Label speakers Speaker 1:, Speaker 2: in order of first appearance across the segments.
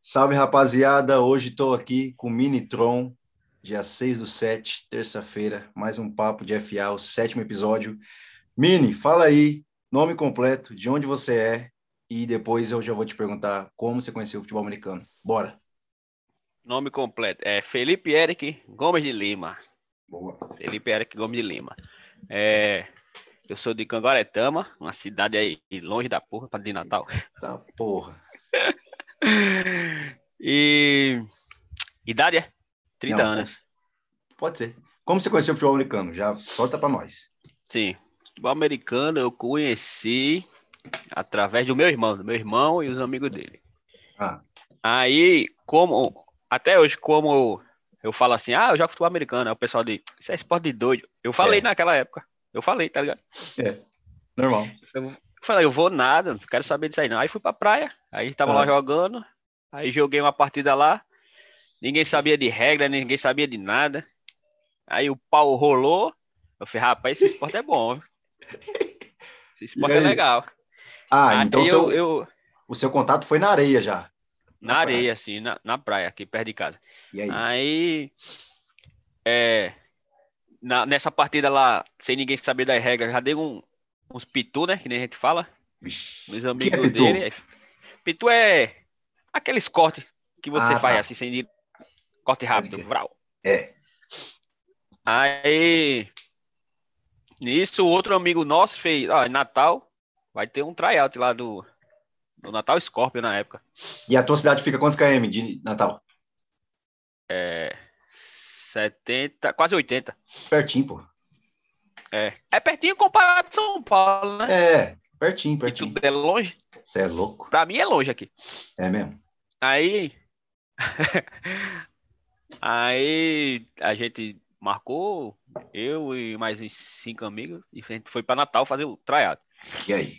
Speaker 1: Salve, rapaziada! Hoje estou aqui com o Minitron, dia 6 do 7, terça-feira, mais um papo de FA, o sétimo episódio. Mini, fala aí, nome completo, de onde você é, e depois eu já vou te perguntar como você conheceu o futebol americano. Bora!
Speaker 2: Nome completo é Felipe Eric Gomes de Lima.
Speaker 1: Boa.
Speaker 2: Felipe Eric Gomes de Lima. É, eu sou de Cangaretama, uma cidade aí longe da porra, para de Natal.
Speaker 1: Tá porra.
Speaker 2: E idade é 30
Speaker 1: Não,
Speaker 2: anos.
Speaker 1: Pode ser. Como você conheceu o futebol americano? Já solta pra nós.
Speaker 2: Sim. Futebol americano eu conheci através do meu irmão, do meu irmão e os amigos dele.
Speaker 1: Ah.
Speaker 2: Aí, como até hoje, como eu falo assim, ah, eu jogo futebol americano, aí o pessoal diz, isso é esporte de doido. Eu falei
Speaker 1: É.
Speaker 2: naquela época. Eu falei, tá ligado?
Speaker 1: Normal.
Speaker 2: Eu falei, eu vou nada, não quero saber disso aí não. Aí fui pra praia, aí tava
Speaker 1: Ah.
Speaker 2: lá jogando, aí joguei uma partida lá, ninguém sabia de regra, ninguém sabia de nada. Aí o pau rolou, eu falei, rapaz, esse esporte é bom, viu? Esse esporte é
Speaker 1: aí?
Speaker 2: legal.
Speaker 1: Ah, então
Speaker 2: aí
Speaker 1: seu-
Speaker 2: eu, eu-
Speaker 1: o seu contato foi na areia já. na
Speaker 2: na,
Speaker 1: praia.
Speaker 2: areia, assim, na, na praia, aqui perto de casa.
Speaker 1: E
Speaker 2: Ah.
Speaker 1: aí?
Speaker 2: Aí, é, na- nessa partida lá, sem ninguém saber das regras, já dei um, uns pitu, né, que nem a gente fala.
Speaker 1: Vixe.
Speaker 2: Meus
Speaker 1: que é
Speaker 2: amigos
Speaker 1: pitu?
Speaker 2: dele. Pitu é aqueles cortes que você
Speaker 1: Ah,
Speaker 2: faz
Speaker 1: tá.
Speaker 2: assim, sem de- corte rápido.
Speaker 1: crer.
Speaker 2: Vral.
Speaker 1: É.
Speaker 2: Aí. Nisso, outro amigo nosso fez. Ó, em Natal vai ter um tryout lá do, do Natal Scorpio na época.
Speaker 1: E a tua cidade fica quantos km de Natal?
Speaker 2: É. 70, quase 80.
Speaker 1: Pertinho, pô.
Speaker 2: É. É pertinho comparado a São Paulo, né?
Speaker 1: É, pertinho,
Speaker 2: E
Speaker 1: pertinho.
Speaker 2: tudo é longe.
Speaker 1: Você é louco.
Speaker 2: Pra mim é longe aqui.
Speaker 1: É mesmo.
Speaker 2: Aí. aí a gente marcou, eu e mais uns cinco amigos, e a gente foi pra Natal fazer o tryout.
Speaker 1: E aí?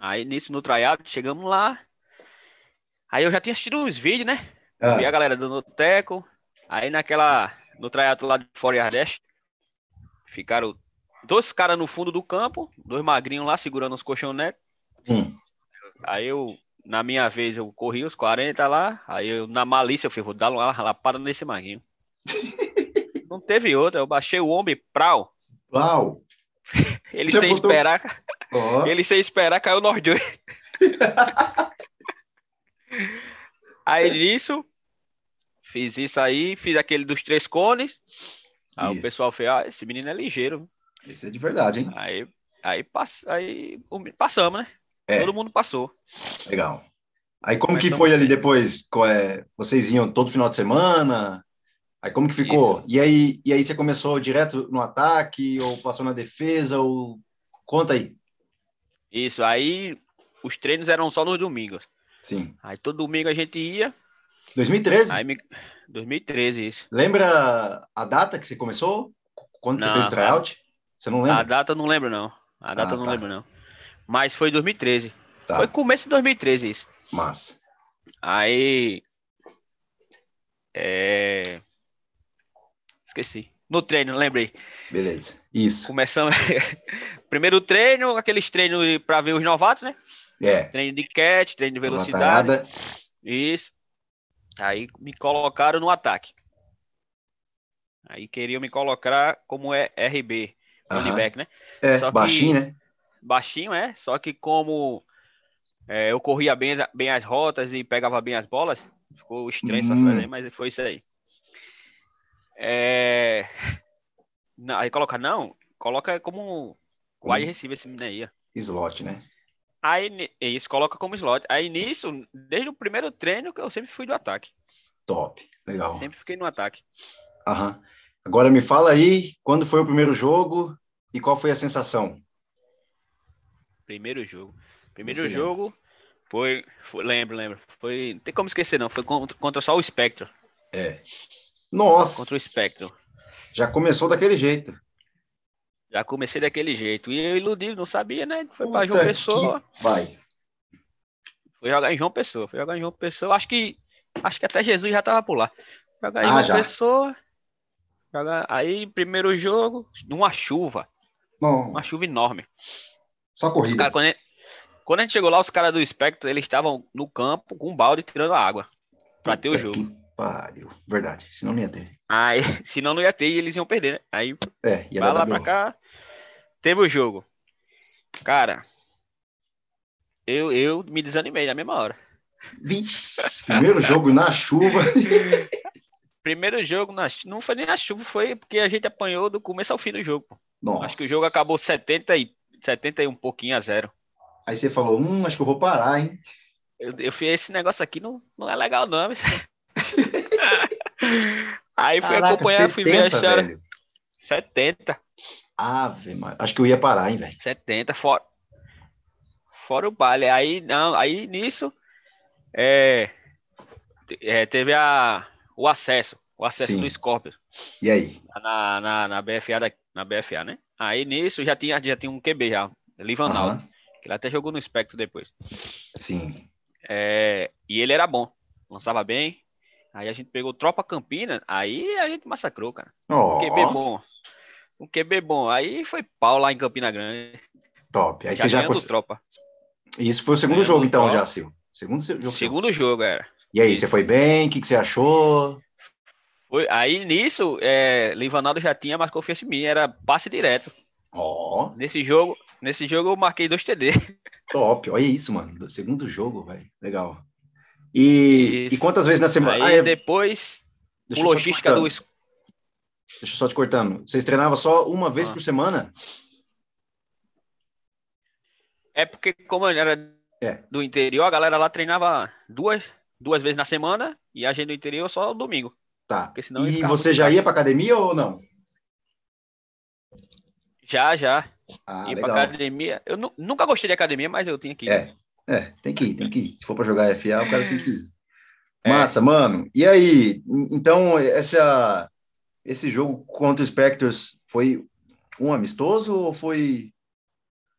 Speaker 2: Aí nisso no tryout, chegamos lá. Aí eu já tinha assistido uns vídeos, né?
Speaker 1: Ah,
Speaker 2: Vi a galera do Noteco. Aí naquela. No tryout lá de Fora e Ardeste, ficaram dois caras no fundo do campo, dois magrinhos lá segurando os colchonetes.
Speaker 1: hum,
Speaker 2: Aí eu, na minha vez, eu corri os 40 lá. Aí eu, na malícia, eu falei, vou dar uma lapada nesse maguinho. Não teve outra, eu baixei o ombro e prau.
Speaker 1: Uau!
Speaker 2: Ele
Speaker 1: Já
Speaker 2: sem
Speaker 1: botou-
Speaker 2: esperar,
Speaker 1: Ó,
Speaker 2: ele sem esperar, caiu nós dois. aí nisso, fiz isso aí, fiz aquele dos três cones. Aí
Speaker 1: Isso.
Speaker 2: o pessoal fez, ah, esse menino é ligeiro.
Speaker 1: Esse é de verdade, hein?
Speaker 2: Aí, aí, pass... aí um, passamos, né?
Speaker 1: É.
Speaker 2: Todo mundo passou.
Speaker 1: Legal. Aí como que
Speaker 2: Começamos
Speaker 1: foi ali
Speaker 2: bem.
Speaker 1: depois? Co- é, Vocês iam todo final de semana? Aí como que ficou? E aí, e aí você começou direto no ataque, ou passou na defesa, ou... Conta aí.
Speaker 2: Isso, aí os treinos eram só nos domingos.
Speaker 1: Sim.
Speaker 2: Aí todo domingo a gente ia.
Speaker 1: 2013?
Speaker 2: Aí me- 2013, isso.
Speaker 1: Lembra a data que você começou? Qu- Quando você
Speaker 2: Não,
Speaker 1: fez o tryout? Você não lembra?
Speaker 2: A data eu não lembro, não. A data
Speaker 1: Ah,
Speaker 2: eu não
Speaker 1: tá.
Speaker 2: lembro, não. Mas foi 2013.
Speaker 1: Tá.
Speaker 2: Foi começo de 2013, isso.
Speaker 1: Mas,
Speaker 2: Aí. É. Esqueci. No treino, lembrei.
Speaker 1: beleza. Isso.
Speaker 2: Começamos. Primeiro treino, aqueles treinos para ver os novatos, né?
Speaker 1: É.
Speaker 2: Treino de catch, treino de velocidade.
Speaker 1: Batalhada.
Speaker 2: Isso. Aí me colocaram no ataque. Aí queriam me colocar como é RB, running
Speaker 1: Aham.
Speaker 2: back, né?
Speaker 1: É,
Speaker 2: Só que-
Speaker 1: baixinho, né?
Speaker 2: Baixinho é, só que como é, eu corria bem, as- bem as rotas e pegava bem as bolas, ficou estranho essa
Speaker 1: Hum.
Speaker 2: frase aí, mas foi isso aí. É... Não, aí coloca, não, coloca como wide
Speaker 1: Hum.
Speaker 2: receiver esse menino aí, ó.
Speaker 1: Slot, né?
Speaker 2: Aí ni- isso coloca como slot. Aí nisso, desde o primeiro treino, que eu sempre fui do ataque.
Speaker 1: Top. Legal.
Speaker 2: Sempre fiquei no ataque.
Speaker 1: Aham. Agora me fala aí, quando foi o primeiro jogo e qual foi a sensação?
Speaker 2: Primeiro jogo. Primeiro
Speaker 1: Você lembra?
Speaker 2: jogo foi, foi- Lembro, lembro. Foi. Não tem como esquecer, não. Foi contra, contra só o Spectro.
Speaker 1: É. Nossa!
Speaker 2: Contra o Spectro.
Speaker 1: Já começou daquele jeito.
Speaker 2: Já comecei daquele jeito. E eu iludido, não sabia, né? Foi pra
Speaker 1: Puta
Speaker 2: João Pessoa.
Speaker 1: que- Vai.
Speaker 2: Foi jogar em João Pessoa. Foi jogar em João Pessoa. Acho que. Acho que até Jesus já tava por lá. Jogar em
Speaker 1: Ah,
Speaker 2: João
Speaker 1: já.
Speaker 2: Pessoa. Jogar... Aí, primeiro jogo, numa chuva.
Speaker 1: Nossa.
Speaker 2: Uma chuva enorme.
Speaker 1: Só
Speaker 2: Os
Speaker 1: corrida.
Speaker 2: caras, quando, en- Quando a gente chegou lá, os caras do espectro, eles estavam no campo com um balde tirando a água pra ter o
Speaker 1: Puta
Speaker 2: jogo.
Speaker 1: que Pariu. Verdade. Senão não ia ter.
Speaker 2: Aí, senão não ia ter e eles iam perder, né? Aí
Speaker 1: É, ia
Speaker 2: Vai
Speaker 1: dar
Speaker 2: lá
Speaker 1: W.O.
Speaker 2: pra cá. Teve o jogo. Cara, eu, eu me desanimei na mesma hora.
Speaker 1: Vixe, primeiro jogo na chuva.
Speaker 2: Primeiro jogo, na, chu- não foi nem a chuva, foi porque a gente apanhou do começo ao fim do jogo. pô.
Speaker 1: Nossa.
Speaker 2: Acho que o jogo acabou 70 e, 70 e um pouquinho a zero.
Speaker 1: Aí você falou, hum, acho que eu vou parar, hein?
Speaker 2: Eu, eu fiz esse negócio aqui, não, não é legal não. mas- Aí fui acompanhar, fui ver a história.
Speaker 1: velho.
Speaker 2: 70,
Speaker 1: Ave, mano. Acho que eu ia parar, hein, velho.
Speaker 2: 70, fora. Fora o baile. Aí, não, aí nisso é, te- é, teve a, o acesso, o acesso
Speaker 1: Sim.
Speaker 2: do Scorpio
Speaker 1: E aí?
Speaker 2: na, na, na BFA, da- na BFA, né? Aí nisso já tinha, já tinha um QB já, Livanaldo,
Speaker 1: Aham.
Speaker 2: que ele até jogou no Espectro depois.
Speaker 1: Sim.
Speaker 2: É, e ele era bom, lançava bem. Aí a gente pegou Tropa Campina, aí a gente massacrou, cara.
Speaker 1: Ó,
Speaker 2: QB bom. Um QB bom. Aí foi pau lá em Campina Grande.
Speaker 1: top. Aí
Speaker 2: já
Speaker 1: você já.
Speaker 2: ganhando
Speaker 1: cons-
Speaker 2: tropa.
Speaker 1: Isso foi o segundo
Speaker 2: Ganhando
Speaker 1: jogo, então,
Speaker 2: tropa.
Speaker 1: já, Sil. Segundo se- jogo. seu.
Speaker 2: Segundo jogo, era.
Speaker 1: E aí,
Speaker 2: Isso.
Speaker 1: você foi bem? O que, que você achou?
Speaker 2: Foi- Aí nisso, é, Livanaldo já tinha mais confiança em mim, era passe direto.
Speaker 1: Ó,
Speaker 2: Nesse jogo, nesse jogo eu marquei dois TD.
Speaker 1: top. Olha isso, mano. Do segundo jogo, velho. Legal. E,
Speaker 2: Isso.
Speaker 1: e quantas vezes na semana?
Speaker 2: Aí
Speaker 1: Ah, é,
Speaker 2: depois,
Speaker 1: deixa
Speaker 2: com
Speaker 1: eu só te
Speaker 2: logística do
Speaker 1: cortando.
Speaker 2: es-
Speaker 1: Deixa eu só te cortando. Vocês treinavam só uma vez
Speaker 2: Ah.
Speaker 1: por semana?
Speaker 2: é porque como eu era
Speaker 1: É.
Speaker 2: do interior, a galera lá treinava duas, duas vezes na semana e a gente do interior só no domingo.
Speaker 1: Tá.
Speaker 2: Porque senão ia
Speaker 1: e
Speaker 2: ficar
Speaker 1: você já ia pra academia ou não?
Speaker 2: Já, já,
Speaker 1: Ah,
Speaker 2: ia
Speaker 1: legal.
Speaker 2: pra academia. Eu nu- nunca gostei de academia, mas eu tinha que ir.
Speaker 1: É. É, tem que ir, tem que ir. Se for pra jogar FA, o cara tem que ir.
Speaker 2: É.
Speaker 1: Massa, mano. E aí? Então, essa, esse jogo contra o Spectres foi um amistoso ou foi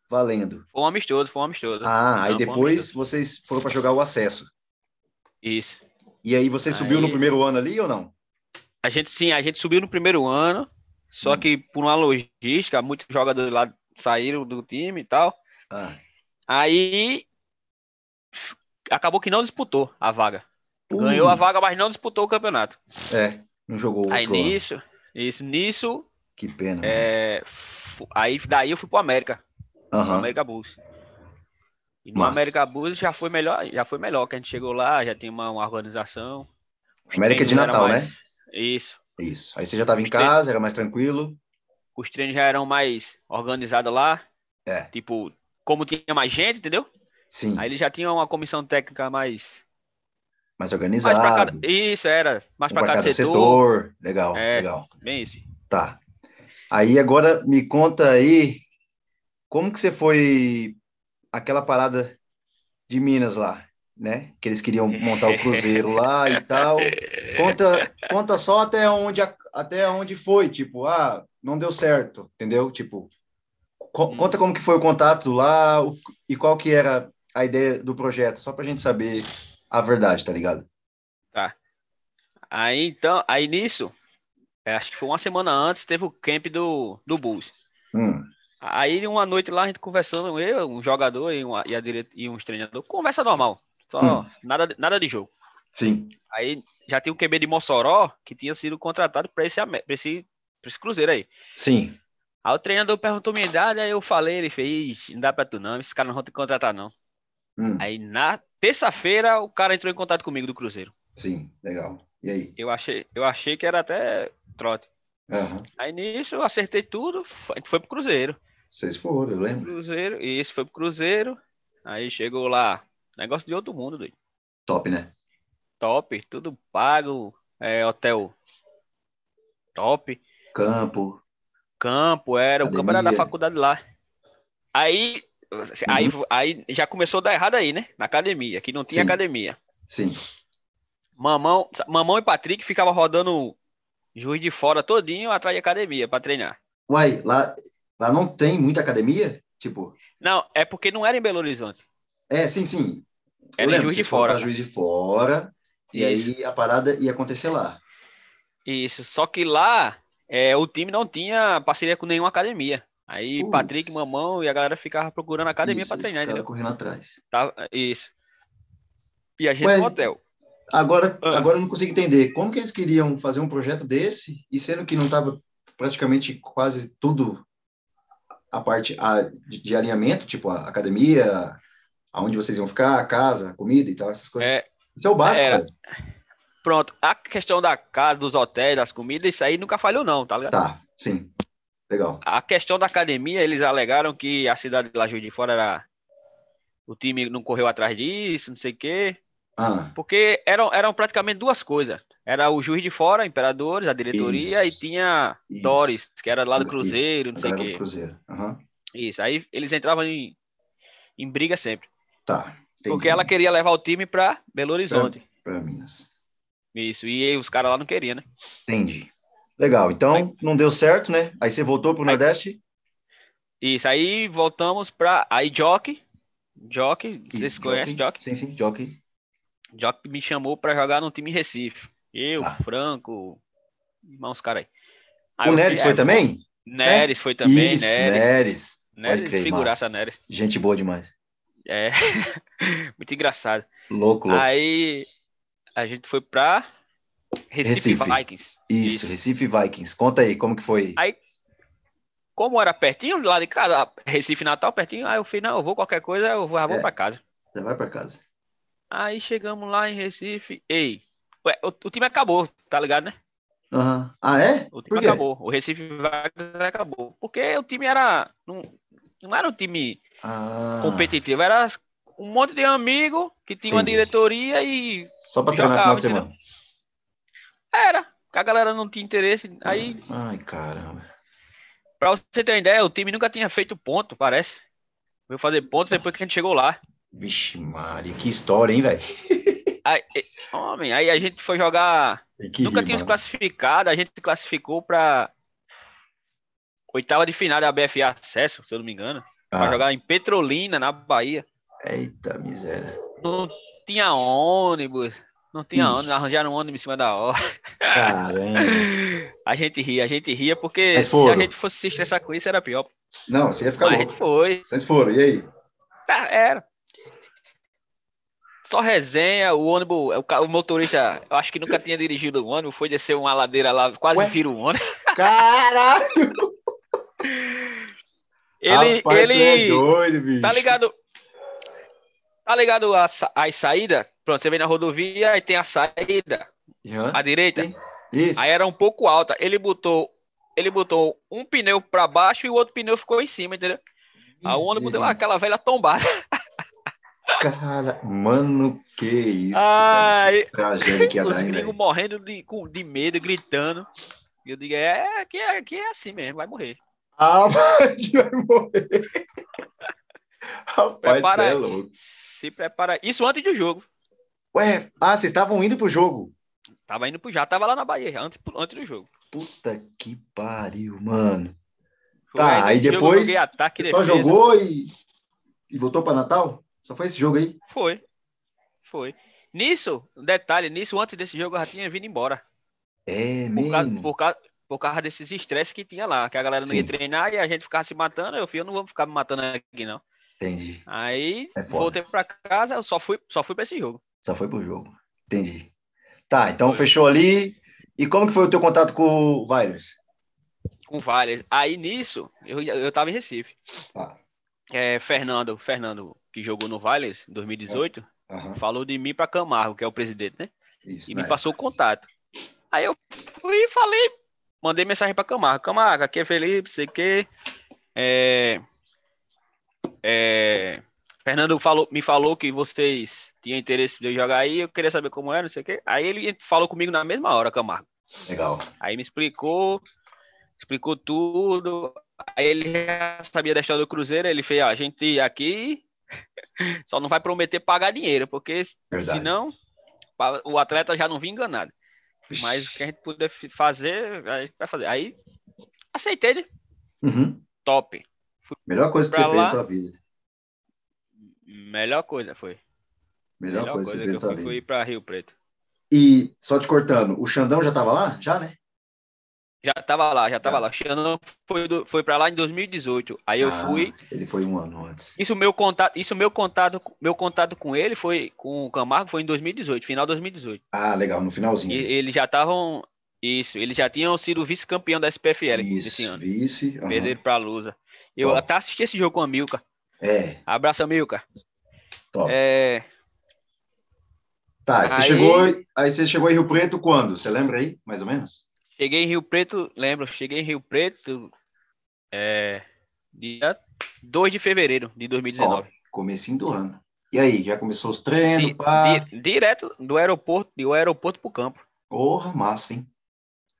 Speaker 1: valendo?
Speaker 2: Foi um amistoso, foi um amistoso.
Speaker 1: Ah, aí
Speaker 2: Não, foi um
Speaker 1: depois
Speaker 2: amistoso.
Speaker 1: vocês foram pra jogar o acesso.
Speaker 2: Isso.
Speaker 1: E aí você subiu
Speaker 2: Aí-
Speaker 1: no primeiro ano ali ou não?
Speaker 2: A gente sim, a gente subiu no primeiro ano, só
Speaker 1: Hum.
Speaker 2: que por uma logística, muitos jogadores lá saíram do time e tal.
Speaker 1: Ah,
Speaker 2: Aí f- acabou que não disputou a vaga. Ganhou a
Speaker 1: putz.
Speaker 2: vaga, mas não disputou o campeonato.
Speaker 1: É, não jogou outro
Speaker 2: Aí
Speaker 1: ano.
Speaker 2: nisso, isso, nisso,
Speaker 1: Que pena.
Speaker 2: é, fu- aí daí eu fui pro América,
Speaker 1: mano.
Speaker 2: pro
Speaker 1: Aham.
Speaker 2: América Bulls. E no
Speaker 1: Massa.
Speaker 2: América Bulls já foi melhor, já foi melhor, que a gente chegou lá, já tinha uma, uma organização. Os
Speaker 1: América de
Speaker 2: treinos eram
Speaker 1: Natal, né?
Speaker 2: mais- Isso.
Speaker 1: Isso. Aí você já estava em
Speaker 2: Gostei.
Speaker 1: casa, era mais tranquilo.
Speaker 2: os treinos já eram mais organizados lá.
Speaker 1: É.
Speaker 2: Tipo, como tinha mais gente, entendeu?
Speaker 1: Sim,
Speaker 2: Aí ele já tinha uma comissão técnica mais.
Speaker 1: mais
Speaker 2: mais
Speaker 1: organizado.
Speaker 2: pra cada, isso, era. Mais
Speaker 1: um
Speaker 2: pra
Speaker 1: pra
Speaker 2: cada, setor.
Speaker 1: Legal,
Speaker 2: É.
Speaker 1: legal.
Speaker 2: Bem isso.
Speaker 1: Tá. Aí agora me conta aí como que você foi aquela parada de Minas lá, né? Que eles queriam montar o cruzeiro lá e tal. Conta, conta só até onde a- até onde foi, tipo, ah, não deu certo, entendeu? Tipo, co-
Speaker 2: Hum.
Speaker 1: conta como que foi o contato lá o- e qual que era a ideia do projeto, só pra gente saber a verdade, tá ligado?
Speaker 2: Aí então, aí nisso, é, acho que foi uma semana antes, teve o camp do, do Bulls.
Speaker 1: Hum,
Speaker 2: Aí uma noite lá, a gente conversando, eu, um jogador e, uma, e, a dire- e uns treinadores. Conversa normal. Só
Speaker 1: Hum.
Speaker 2: nada, nada de jogo.
Speaker 1: sim.
Speaker 2: Aí já tem o QB de Mossoró que tinha sido contratado pra esse, Amé- pra esse, pra esse Cruzeiro aí.
Speaker 1: Sim.
Speaker 2: Aí o treinador perguntou minha idade, aí eu falei, ele fez, "Ixi, não dá pra tu não, esse cara não vai te contratar não.
Speaker 1: Hum,
Speaker 2: Aí na terça-feira o cara entrou em contato comigo do Cruzeiro.
Speaker 1: sim, legal. E aí?
Speaker 2: Eu achei, eu achei que era até trote.
Speaker 1: Aham.
Speaker 2: Aí nisso eu acertei tudo, foi foi pro Cruzeiro.
Speaker 1: Vocês foram, eu lembro.
Speaker 2: Cruzeiro, e isso foi pro Cruzeiro. Aí chegou lá, negócio de outro mundo, doido.
Speaker 1: Top, né?
Speaker 2: top, tudo pago, é, hotel top,
Speaker 1: Campo.
Speaker 2: campo, era, o campo era da
Speaker 1: Academia. Uhum.
Speaker 2: faculdade lá. Aí, assim, aí, aí já começou a dar errado aí, né? Na academia, que não tinha
Speaker 1: Sim.
Speaker 2: academia.
Speaker 1: Sim.
Speaker 2: Mamão, Mamão e Patrick ficavam rodando juiz de fora todinho atrás de academia para treinar.
Speaker 1: Uai, lá, lá não tem muita academia? Tipo,
Speaker 2: Não, é porque não era em Belo Horizonte.
Speaker 1: é, sim, sim. Eu
Speaker 2: Era em
Speaker 1: lembro,
Speaker 2: Juiz de
Speaker 1: vocês foram
Speaker 2: Fora.
Speaker 1: pra Juiz de Fora. E
Speaker 2: Isso.
Speaker 1: aí a parada ia acontecer lá.
Speaker 2: Isso, só que lá é, o time não tinha parceria com nenhuma academia. Aí Patrick, Mamão e a galera ficava procurando a academia
Speaker 1: Isso,
Speaker 2: pra treinar,
Speaker 1: Os caras
Speaker 2: entendeu?
Speaker 1: correndo atrás.
Speaker 2: Tava- isso. E a gente
Speaker 1: Ué.
Speaker 2: no hotel.
Speaker 1: Agora,
Speaker 2: Ah.
Speaker 1: agora eu não consigo entender como que eles queriam fazer um projeto desse e sendo que não estava praticamente quase tudo a parte a, de, de alinhamento, tipo a academia, aonde vocês iam ficar, a casa, a comida e tal, essas coisas.
Speaker 2: É,
Speaker 1: Isso é o básico,
Speaker 2: era.
Speaker 1: velho.
Speaker 2: pronto. A questão da casa, dos hotéis, das comidas, isso aí nunca falhou, não, tá ligado?
Speaker 1: Tá, sim. Legal.
Speaker 2: A questão da academia, eles alegaram que a cidade de Lajuí de Fora era. O time não correu atrás disso, não sei o quê.
Speaker 1: Ah,
Speaker 2: Porque eram, eram praticamente duas coisas. Era o juiz de fora, Imperadores, a diretoria,
Speaker 1: Isso.
Speaker 2: e tinha
Speaker 1: Isso.
Speaker 2: Torres, que era lá do
Speaker 1: Isso.
Speaker 2: Cruzeiro, não
Speaker 1: a
Speaker 2: sei o
Speaker 1: galera do
Speaker 2: quê.
Speaker 1: Cruzeiro. Aham.
Speaker 2: Isso. Aí eles entravam em, em briga sempre.
Speaker 1: Tá. entendi.
Speaker 2: Porque ela queria levar o time pra Belo Horizonte.
Speaker 1: Pra Minas.
Speaker 2: Isso. E aí os caras lá não queriam, né?
Speaker 1: Entendi. Legal. Então, não deu certo, né? Aí você voltou pro
Speaker 2: Aí-
Speaker 1: Nordeste?
Speaker 2: Isso. Aí voltamos pra. Aí Jock. Jock, vocês
Speaker 1: Isso,
Speaker 2: conhecem Jock?
Speaker 1: Sim, sim, Jockey.
Speaker 2: Jock me chamou pra jogar no time em Recife. Eu,
Speaker 1: Tá.
Speaker 2: Franco, mais uns caras aí.
Speaker 1: O Neres foi também? né?
Speaker 2: também? Neres foi também,
Speaker 1: Isso,
Speaker 2: Neres.
Speaker 1: Neres.
Speaker 2: Neres,
Speaker 1: Pode crer,
Speaker 2: figuraça, Neres.
Speaker 1: Gente boa demais.
Speaker 2: É. Muito engraçado.
Speaker 1: Louco,
Speaker 2: Ah,
Speaker 1: louco.
Speaker 2: Aí a gente foi pra Recife,
Speaker 1: Recife.
Speaker 2: Vikings.
Speaker 1: isso, Recife Vikings. Conta aí, como que foi?
Speaker 2: Aí- Como era pertinho, lá de casa, Recife Natal, pertinho, aí eu falei, não, eu vou qualquer coisa, eu vou, já vou
Speaker 1: É.
Speaker 2: pra casa.
Speaker 1: Já vai pra casa.
Speaker 2: Aí chegamos lá em Recife, ei, ué, o, o time acabou, tá ligado, né?
Speaker 1: Aham. Ah, é?
Speaker 2: O time
Speaker 1: Por quê?
Speaker 2: acabou, o Recife Vikings acabou. Porque o time era, não, não era um time
Speaker 1: Ah,
Speaker 2: competitivo, era um monte de amigo que tinha uma
Speaker 1: Entendi.
Speaker 2: diretoria e
Speaker 1: Só pra treinar no final de
Speaker 2: Jogava,
Speaker 1: semana.
Speaker 2: Era. que A galera não tinha interesse. Aí,
Speaker 1: Ai, caramba.
Speaker 2: pra você ter uma ideia, o time nunca tinha feito ponto, parece. Veio fazer ponto depois que a gente chegou lá.
Speaker 1: Vixe, Mari, que história, hein, velho?
Speaker 2: Aí, e- homem, aí a gente foi jogar.
Speaker 1: Tem que
Speaker 2: nunca
Speaker 1: rir,
Speaker 2: tínhamos
Speaker 1: mano.
Speaker 2: classificado, a gente se classificou pra oitava de final da BFA Acesso, se eu não me engano. Pra
Speaker 1: Ah,
Speaker 2: jogar em Petrolina, na Bahia.
Speaker 1: Eita miséria.
Speaker 2: Não tinha ônibus. Não tinha
Speaker 1: Ixi.
Speaker 2: ônibus, arranjaram um ônibus em cima da hora.
Speaker 1: Caramba.
Speaker 2: A gente ria, a gente ria, porque
Speaker 1: Mas
Speaker 2: se a
Speaker 1: foram.
Speaker 2: gente fosse se estressar com isso era pior.
Speaker 1: Não, você ia ficar
Speaker 2: Mas a
Speaker 1: louco.
Speaker 2: gente foi.
Speaker 1: Vocês foram, e aí?
Speaker 2: Tá, era. Só resenha, o ônibus, o, ca- o motorista, eu acho que nunca tinha dirigido o ônibus, foi descer uma ladeira lá, quase
Speaker 1: Ué?
Speaker 2: vira o ônibus.
Speaker 1: Caralho!
Speaker 2: Ele,
Speaker 1: Rapaz, tu é
Speaker 2: ele,
Speaker 1: doido, bicho.
Speaker 2: tá ligado? Tá ligado a, sa- as saídas? Pronto, você vem na rodovia e tem a saída
Speaker 1: Hã?
Speaker 2: à direita.
Speaker 1: Sim. Isso.
Speaker 2: Aí era um pouco alta. Ele botou, ele botou um pneu pra baixo e o outro pneu ficou em cima, entendeu? Aí o ônibus deu
Speaker 1: Misericórdia.
Speaker 2: aquela velha tombada.
Speaker 1: Cara, mano, que isso.
Speaker 2: Ai,
Speaker 1: velho. Que tragédia que ia
Speaker 2: Os
Speaker 1: dar, hein,
Speaker 2: gringos
Speaker 1: velho?
Speaker 2: morrendo de, com- de medo, gritando. E Eu digo, é, aqui, é- aqui é assim mesmo, vai morrer.
Speaker 1: Ah, mas a gente vai morrer. Rapaz,
Speaker 2: Prepara
Speaker 1: você é
Speaker 2: aí.
Speaker 1: louco.
Speaker 2: Se prepara. Isso antes do jogo.
Speaker 1: Ué, ah, vocês estavam indo pro jogo.
Speaker 2: Tava indo pro já, tava lá na Bahia, antes, antes do jogo.
Speaker 1: Puta que pariu, mano.
Speaker 2: Foi
Speaker 1: Tá, aí
Speaker 2: nesse jogo eu
Speaker 1: depois
Speaker 2: joguei ataque,
Speaker 1: Você só
Speaker 2: defesa.
Speaker 1: jogou e... e voltou pra Natal? Só foi esse jogo aí?
Speaker 2: Foi. Foi. Nisso, um detalhe, nisso, antes desse jogo eu já tinha vindo embora.
Speaker 1: É,
Speaker 2: Por causa,
Speaker 1: mesmo.
Speaker 2: por causa, por causa desses estresses que tinha lá, que a galera não ia
Speaker 1: Sim.
Speaker 2: treinar e a gente ficava se matando. Eu falei, eu não vou ficar me matando aqui, não.
Speaker 1: Entendi.
Speaker 2: Aí
Speaker 1: É foda.
Speaker 2: voltei pra casa, eu só fui, só fui pra esse jogo.
Speaker 1: Só foi pro jogo. Entendi. Tá, então
Speaker 2: Foi.
Speaker 1: fechou ali. E como que foi o teu contato com o Virus?
Speaker 2: com várias. Aí nisso, eu, eu tava em Recife.
Speaker 1: Tá.
Speaker 2: É, Fernando, Fernando, que jogou no Vales em 2018,
Speaker 1: Aham,
Speaker 2: falou de mim pra Camargo, que é o presidente, né?
Speaker 1: isso.
Speaker 2: E
Speaker 1: né?
Speaker 2: me passou o contato. Aí eu fui e falei, mandei mensagem pra Camargo. Camargo, aqui é Felipe, sei que. É, é, Fernando falou, me falou que vocês tinham interesse de eu jogar aí, eu queria saber como era, não sei o quê. Aí ele falou comigo na mesma hora, Camargo.
Speaker 1: Legal.
Speaker 2: Aí me explicou, explicou tudo. Aí ele já sabia da história do Cruzeiro, ele fez, ó, a gente aqui só não vai prometer pagar dinheiro, porque
Speaker 1: Verdade.
Speaker 2: senão pa- o atleta já não vinha enganado. Mas o que a gente puder fi- fazer, a gente vai fazer. Aí aceitei, né?
Speaker 1: Uhum.
Speaker 2: Top.
Speaker 1: Melhor coisa que
Speaker 2: Pra
Speaker 1: você
Speaker 2: lá-
Speaker 1: fez na tua vida.
Speaker 2: Melhor coisa foi.
Speaker 1: Melhor, coisa que você fez na
Speaker 2: que eu
Speaker 1: tua
Speaker 2: fui,
Speaker 1: vida.
Speaker 2: fui para Rio Preto.
Speaker 1: E só te cortando, o Xandão já tava lá? Já, né?
Speaker 2: Já tava lá, já
Speaker 1: É.
Speaker 2: tava lá. O Xanon foi, do- foi pra lá em 2018. Aí eu
Speaker 1: Ah,
Speaker 2: fui.
Speaker 1: Ele foi um ano antes.
Speaker 2: Isso meu contato, isso meu contato, meu contato com ele foi com o Camargo foi em 2018, final de 2018.
Speaker 1: Ah, legal, no
Speaker 2: E
Speaker 1: finalzinho.
Speaker 2: eles já estavam isso, eles já tinham sido vice-campeão da SPFL esse
Speaker 1: Isso,
Speaker 2: ano.
Speaker 1: vice. aham.
Speaker 2: Perderam pra Lusa. Eu
Speaker 1: Top.
Speaker 2: até assisti esse jogo com a Milka.
Speaker 1: É,
Speaker 2: Abraço, Milka.
Speaker 1: top.
Speaker 2: É,
Speaker 1: Tá, você
Speaker 2: Aí-
Speaker 1: chegou, aí você chegou em Rio Preto quando? Você lembra aí, mais ou menos?
Speaker 2: cheguei em Rio Preto, lembro, cheguei em Rio Preto é, dia 2 de fevereiro de 2019.
Speaker 1: Ó, comecinho do ano. E aí, já começou os treinos,
Speaker 2: Di-
Speaker 1: pá?
Speaker 2: di- direto do aeroporto, do aeroporto pro campo.
Speaker 1: Porra, massa, hein?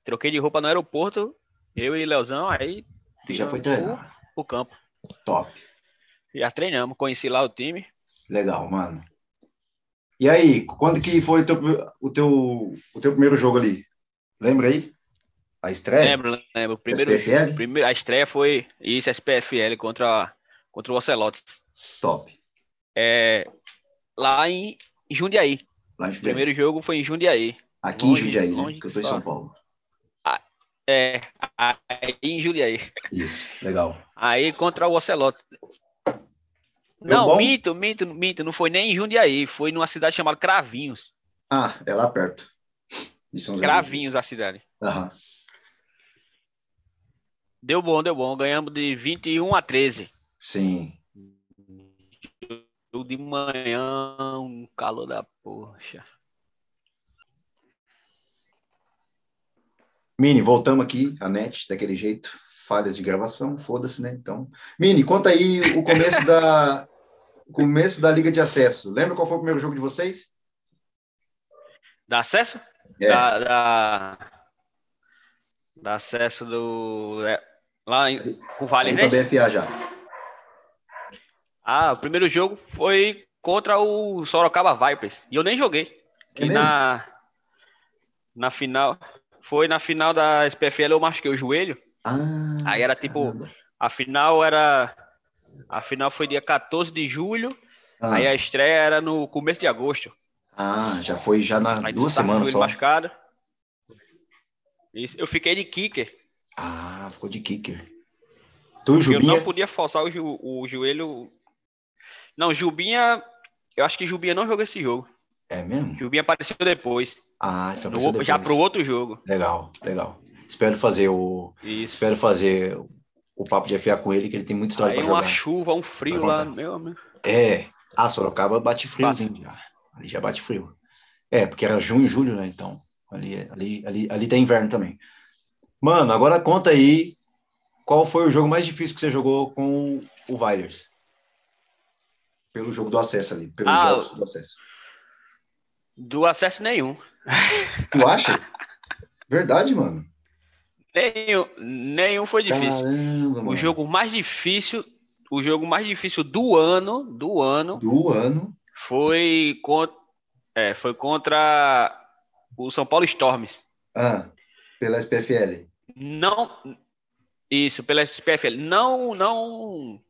Speaker 2: Troquei de roupa no aeroporto, eu e Leozão, aí
Speaker 1: Tu já foi
Speaker 2: pro-
Speaker 1: treinar.
Speaker 2: pro campo.
Speaker 1: Top.
Speaker 2: Já treinamos, conheci lá o time.
Speaker 1: Legal, mano. E aí, quando que foi o teu, o teu, o teu primeiro jogo ali? Lembra aí? A estreia?
Speaker 2: Lembro, lembro. Primeiro,
Speaker 1: SPFL?
Speaker 2: primeiro- a estreia foi isso, SPFL contra, contra o Ocelotes.
Speaker 1: Top.
Speaker 2: É, lá em Jundiaí.
Speaker 1: Lá em
Speaker 2: O
Speaker 1: Jundiaí.
Speaker 2: primeiro jogo foi em Jundiaí.
Speaker 1: Aqui
Speaker 2: longe-
Speaker 1: em Jundiaí, né?
Speaker 2: longe
Speaker 1: Porque eu tô em
Speaker 2: só.
Speaker 1: São Paulo.
Speaker 2: É, aí em Jundiaí.
Speaker 1: Isso, legal.
Speaker 2: Aí contra o Ocelotes.
Speaker 1: Deu
Speaker 2: Não,
Speaker 1: bom?
Speaker 2: minto, minto, minto. Não foi nem em Jundiaí. Foi numa cidade chamada Cravinhos.
Speaker 1: Ah, é lá perto. De São José.
Speaker 2: Cravinhos a cidade.
Speaker 1: Aham.
Speaker 2: Deu bom, deu bom. Ganhamos de 21 a 13.
Speaker 1: Sim.
Speaker 2: Jogo de manhã, um calor da poxa.
Speaker 1: Mini, voltamos aqui, a net, daquele jeito, falhas de gravação, foda-se, né? Então, Mini, conta aí o começo da o começo da Liga de Acesso. Lembra qual foi o primeiro jogo de vocês?
Speaker 2: Dá acesso?
Speaker 1: É.
Speaker 2: Dá, dá- dá acesso do. é, lá em, com o
Speaker 1: ali pra
Speaker 2: Vale
Speaker 1: BFA já.
Speaker 2: Ah, o primeiro jogo foi contra o Sorocaba Vipers. E eu nem joguei. Que
Speaker 1: É mesmo?
Speaker 2: na, na final. Foi na final da SPFL eu machuquei o joelho.
Speaker 1: Ah,
Speaker 2: Aí era tipo.
Speaker 1: caramba.
Speaker 2: A final era. A final foi dia 14 de julho.
Speaker 1: Ah,
Speaker 2: Aí é- a estreia era no começo de agosto.
Speaker 1: ah, já foi já na
Speaker 2: Aí
Speaker 1: duas
Speaker 2: tá com o
Speaker 1: semanas
Speaker 2: joelho
Speaker 1: só.
Speaker 2: machucado. Isso, eu fiquei de kicker.
Speaker 1: Ah, ficou de kicker. Tu e o
Speaker 2: Eu não
Speaker 1: Jubinha?
Speaker 2: podia forçar o, ju- o joelho. Não, Jubinha. Eu acho que Jubinha não jogou esse jogo.
Speaker 1: É mesmo?
Speaker 2: Jubinha apareceu depois.
Speaker 1: Ah, isso
Speaker 2: No-
Speaker 1: apareceu
Speaker 2: já
Speaker 1: depois.
Speaker 2: pro outro jogo.
Speaker 1: Legal, legal. Espero fazer o
Speaker 2: Isso.
Speaker 1: espero fazer o papo de FA com ele, que ele tem muita história
Speaker 2: Aí
Speaker 1: para
Speaker 2: uma
Speaker 1: jogar.
Speaker 2: chuva, um frio
Speaker 1: Vai
Speaker 2: lá,
Speaker 1: rodar.
Speaker 2: meu amigo.
Speaker 1: É. Ah, Sorocaba bate friozinho já. Ali já bate frio. É, porque era junho, julho, né? Então, ali, ali, ali, ali tá inverno também. Mano, agora conta aí qual foi o jogo mais difícil que você jogou com o Vilers. Pelo jogo do acesso ali, pelos
Speaker 2: Ah,
Speaker 1: jogos do acesso.
Speaker 2: Do acesso nenhum.
Speaker 1: Tu acha? Verdade, mano.
Speaker 2: Nenhum, nenhum foi difícil.
Speaker 1: Caramba, mano.
Speaker 2: o jogo mais difícil, o jogo mais difícil do ano, do ano,
Speaker 1: do ano.
Speaker 2: foi contra, é, foi contra o São Paulo Storms.
Speaker 1: Ah, pela SPFL.
Speaker 2: Não. Isso, pela SPFL. Não, não.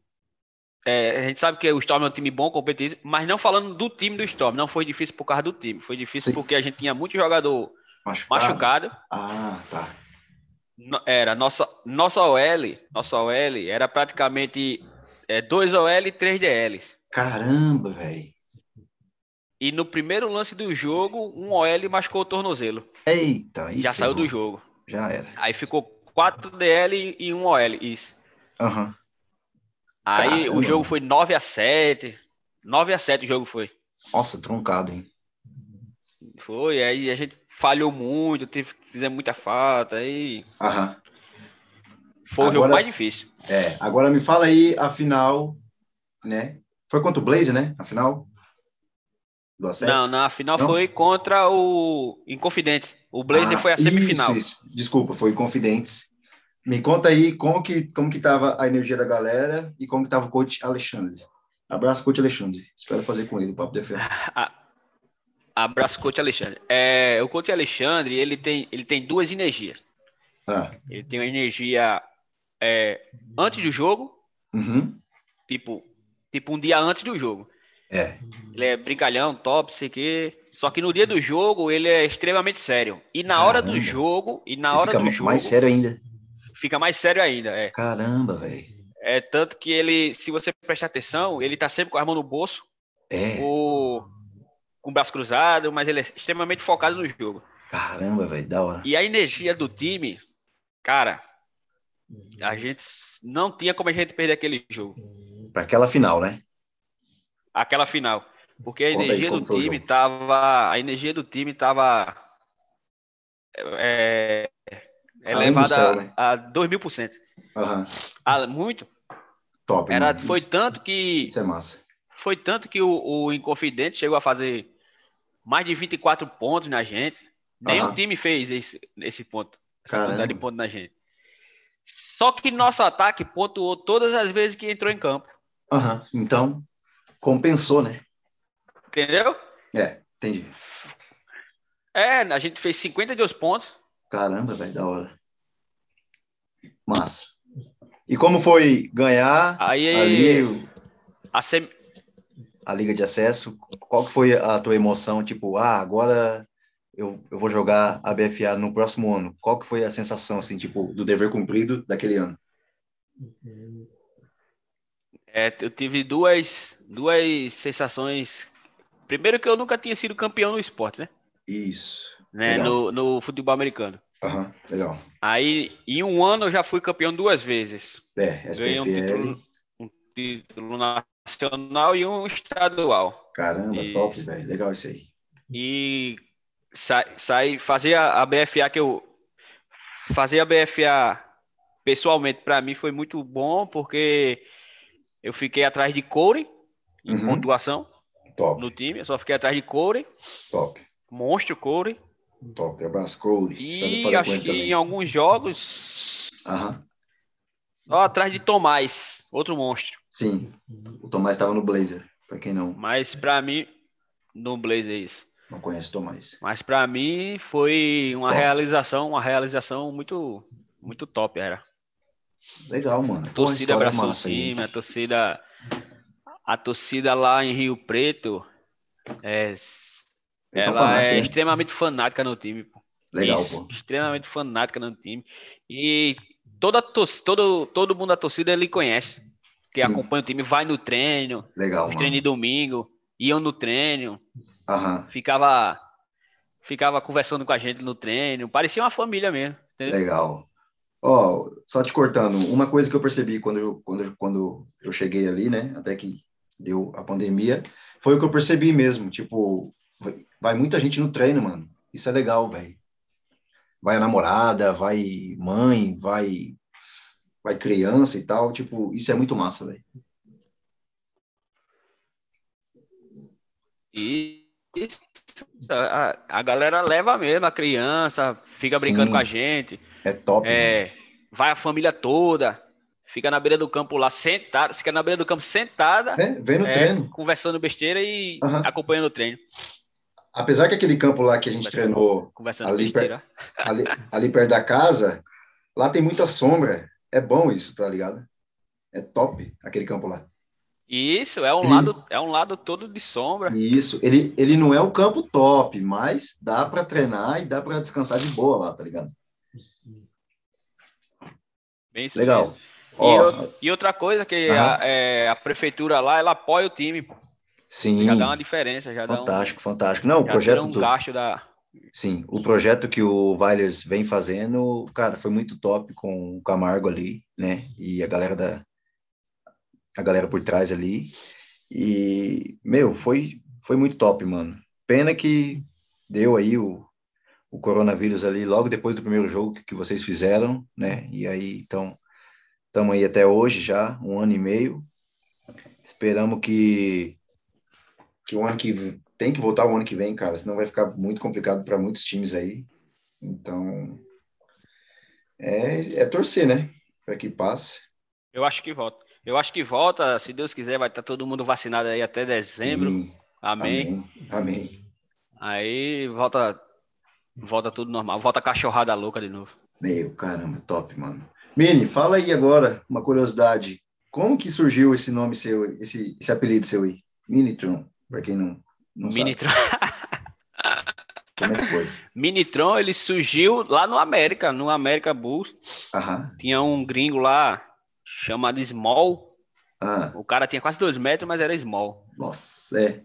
Speaker 2: é, a gente sabe que o Storm é um time bom, competitivo, mas não falando do time do Storm. Não foi difícil por causa do time. Foi difícil
Speaker 1: Sim.
Speaker 2: porque a gente tinha muito jogador
Speaker 1: Machucado.
Speaker 2: machucado.
Speaker 1: Ah, tá.
Speaker 2: No- Era nossa, nossa OL, nossa OL era praticamente é, dois OL e três DLs.
Speaker 1: Caramba, velho.
Speaker 2: E no primeiro lance do jogo, um OL machucou o tornozelo.
Speaker 1: Eita,
Speaker 2: Já
Speaker 1: isso,
Speaker 2: saiu do
Speaker 1: mano.
Speaker 2: jogo.
Speaker 1: Já era.
Speaker 2: Aí ficou quatro DL e um OL. Isso.
Speaker 1: Aham.
Speaker 2: Aí
Speaker 1: Caramba.
Speaker 2: o jogo foi 9 a 7 9 a 7 o jogo foi.
Speaker 1: Nossa, truncado, hein?
Speaker 2: Foi, aí a gente falhou muito, teve, fizemos muita falta, aí
Speaker 1: Aham.
Speaker 2: foi o jogo
Speaker 1: Agora-
Speaker 2: mais difícil.
Speaker 1: É, agora me fala aí a final, né? Foi contra o Blaze, né? A final do acesso?
Speaker 2: Não, na final
Speaker 1: Não?
Speaker 2: foi contra o Inconfidente. O Blazer
Speaker 1: Ah,
Speaker 2: foi a semifinal.
Speaker 1: Isso, isso. Desculpa, foi Confidentes. Me conta aí como que, como que tava a energia da galera e como que tava o coach Alexandre. Abraço, coach Alexandre. Espero fazer com ele o Papo de Ferro.
Speaker 2: A- Ah, Abraço, coach Alexandre. É, o coach Alexandre, ele tem, ele tem duas energias.
Speaker 1: Ah,
Speaker 2: Ele tem uma energia é, antes do jogo,
Speaker 1: uhum.
Speaker 2: tipo, tipo um dia antes do jogo.
Speaker 1: É.
Speaker 2: Ele é brincalhão, top, sei que. Só que no dia do jogo ele é extremamente sério. E na hora
Speaker 1: Caramba.
Speaker 2: do jogo, e na
Speaker 1: Ele
Speaker 2: hora
Speaker 1: fica
Speaker 2: do jogo,
Speaker 1: mais sério ainda.
Speaker 2: fica mais sério ainda. É.
Speaker 1: Caramba, velho.
Speaker 2: é tanto que ele, se você prestar atenção, ele tá sempre com a mão no bolso,
Speaker 1: É,
Speaker 2: ou com o braço cruzado, mas ele é extremamente focado no jogo.
Speaker 1: caramba, velho, da hora.
Speaker 2: E a energia do time, cara, a gente s- não tinha como a gente perder aquele jogo,
Speaker 1: Para aquela final, né?
Speaker 2: aquela final, porque a
Speaker 1: Conta aí,
Speaker 2: energia
Speaker 1: como
Speaker 2: do
Speaker 1: foi o
Speaker 2: time
Speaker 1: jogo?
Speaker 2: tava, a energia do time tava é,
Speaker 1: Além do
Speaker 2: elevada
Speaker 1: céu, né?
Speaker 2: a 2 mil por cento,
Speaker 1: Aham,
Speaker 2: Ah, muito.
Speaker 1: Top.
Speaker 2: Era,
Speaker 1: mano.
Speaker 2: foi
Speaker 1: Isso-
Speaker 2: tanto que
Speaker 1: Isso é massa.
Speaker 2: foi tanto que o, o Inconfidente chegou a fazer mais de 24 pontos na gente. Nenhum
Speaker 1: Aham.
Speaker 2: time fez esse, esse ponto. essa
Speaker 1: Caramba.
Speaker 2: quantidade de ponto na gente. Só que nosso ataque pontuou todas as vezes que entrou em campo.
Speaker 1: Aham, Então, compensou, né?
Speaker 2: Entendeu?
Speaker 1: É, entendi.
Speaker 2: É, a gente fez 52 pontos.
Speaker 1: Caramba, velho, da hora. Massa. E como foi ganhar
Speaker 2: Aí
Speaker 1: ali o-
Speaker 2: a sem-
Speaker 1: a Liga de Acesso? Qual que foi a tua emoção? Tipo, ah, agora eu, eu vou jogar a BFA no próximo ano. Qual que foi a sensação, assim, tipo, do dever cumprido daquele ano?
Speaker 2: é, eu tive duas, duas sensações. Primeiro que eu nunca tinha sido campeão no esporte, né?
Speaker 1: Isso.
Speaker 2: Né,
Speaker 1: Legal.
Speaker 2: No, no futebol americano.
Speaker 1: Aham, legal.
Speaker 2: Aí, em um ano, eu já fui campeão duas vezes.
Speaker 1: É,
Speaker 2: Ganhei um
Speaker 1: SPFL.
Speaker 2: título, um título nacional e um estadual.
Speaker 1: Caramba,
Speaker 2: Isso.
Speaker 1: top, velho. Legal isso aí.
Speaker 2: e sa saí, fazer a, a BFA que eu fazer a BFA pessoalmente para mim foi muito bom porque eu fiquei atrás de Corey em
Speaker 1: Uhum.
Speaker 2: pontuação
Speaker 1: Top,
Speaker 2: no time, eu só fiquei atrás de Corey,
Speaker 1: top,
Speaker 2: monstro Corey
Speaker 1: top. Abraço, Crowley. Espero
Speaker 2: e
Speaker 1: fazer com
Speaker 2: acho
Speaker 1: ele
Speaker 2: que
Speaker 1: também.
Speaker 2: em alguns jogos
Speaker 1: Aham,
Speaker 2: só atrás de Tomás, outro monstro,
Speaker 1: sim. O Tomás estava no Blazer, pra quem não,
Speaker 2: mas para mim no Blazer é isso.
Speaker 1: não conhece o Tomás.
Speaker 2: Mas para mim foi uma
Speaker 1: Top.
Speaker 2: realização, uma realização muito muito top era.
Speaker 1: Legal, mano.
Speaker 2: A torcida
Speaker 1: Porra, história
Speaker 2: abraçou o
Speaker 1: massa aí.
Speaker 2: time, a torcida, a torcida lá em Rio Preto é,
Speaker 1: Eles são
Speaker 2: ela
Speaker 1: fanáticos,
Speaker 2: é
Speaker 1: né?
Speaker 2: extremamente fanática no time. pô.
Speaker 1: Legal,
Speaker 2: Isso,
Speaker 1: pô.
Speaker 2: Extremamente fanática no time. E toda a torci- todo, todo mundo da torcida ele conhece. Que
Speaker 1: Sim.
Speaker 2: acompanha o time, vai no treino,
Speaker 1: Legal,
Speaker 2: os
Speaker 1: mano.
Speaker 2: treinos de domingo, iam no treino,
Speaker 1: Aham,
Speaker 2: ficava, ficava conversando com a gente no treino, parecia uma família mesmo. entendeu?
Speaker 1: legal. Ó, só te cortando, uma coisa que eu percebi quando eu, quando, eu- quando eu cheguei ali, né, até que deu a pandemia, foi o que eu percebi mesmo, tipo, vai- vai muita gente no treino, mano. Isso é legal, velho. Vai a namorada, vai mãe, vai vai criança e tal, tipo, isso é muito massa, velho.
Speaker 2: E isso, a, a galera leva mesmo, a criança fica brincando
Speaker 1: Sim.
Speaker 2: com a gente,
Speaker 1: É top. mano.
Speaker 2: é, vai a família toda, fica na beira do campo lá sentada, fica na beira do campo sentada,
Speaker 1: né? Vem no
Speaker 2: é,
Speaker 1: treino.
Speaker 2: conversando besteira e
Speaker 1: Aham.
Speaker 2: acompanhando o treino,
Speaker 1: Apesar que aquele campo lá que a gente
Speaker 2: Mas-
Speaker 1: treinou
Speaker 2: conversando
Speaker 1: Ali per-
Speaker 2: besteira.
Speaker 1: ali, ali perto da casa, lá tem muita sombra. É bom isso, tá ligado? É top aquele campo lá.
Speaker 2: E isso é um
Speaker 1: Ele-
Speaker 2: lado, é um lado todo de sombra.
Speaker 1: E isso, ele, ele não é um campo top, mas dá pra treinar e dá pra descansar de boa lá, tá ligado?
Speaker 2: Bem isso
Speaker 1: Legal.
Speaker 2: mesmo. E,
Speaker 1: Ó,
Speaker 2: eu- e outra coisa que
Speaker 1: Aham.
Speaker 2: a, é, a prefeitura lá, ela apoia o time, pô.
Speaker 1: sim,
Speaker 2: já dá uma diferença, já dá um,
Speaker 1: fantástico, fantástico. Não, o
Speaker 2: já
Speaker 1: projeto
Speaker 2: tira um
Speaker 1: do-
Speaker 2: gasto da,
Speaker 1: Sim, o projeto que o Vailers vem fazendo, cara, foi muito top com o Camargo ali, né? E a galera da a galera por trás ali. E meu, foi foi muito top, mano. Pena que deu aí o, o coronavírus ali logo depois do primeiro jogo que, que vocês fizeram, né? E aí, então, estamos aí até hoje já, um ano e meio. Esperamos que que o ano que v- tem que voltar o ano que vem, cara, senão vai ficar muito complicado para muitos times aí. Então, é, é torcer, né? Para que passe.
Speaker 2: Eu acho que volta. Eu acho que volta, se Deus quiser, vai estar todo mundo vacinado aí até dezembro.
Speaker 1: Sim,
Speaker 2: Amém.
Speaker 1: amém. Amém.
Speaker 2: Aí volta volta tudo normal. Volta a cachorrada louca de novo.
Speaker 1: Meu, caramba, top, mano. Mini, fala aí agora uma curiosidade. Como que surgiu esse nome seu, esse, esse apelido seu aí? Minitron, para quem não, não sabe.
Speaker 2: Minitron.
Speaker 1: Como é que foi?
Speaker 2: Minitron, ele surgiu lá no América, no América Bulls.
Speaker 1: Aham.
Speaker 2: Tinha um gringo lá chamado Small.
Speaker 1: Ah,
Speaker 2: O cara tinha quase dois metros, mas era Small.
Speaker 1: nossa, é.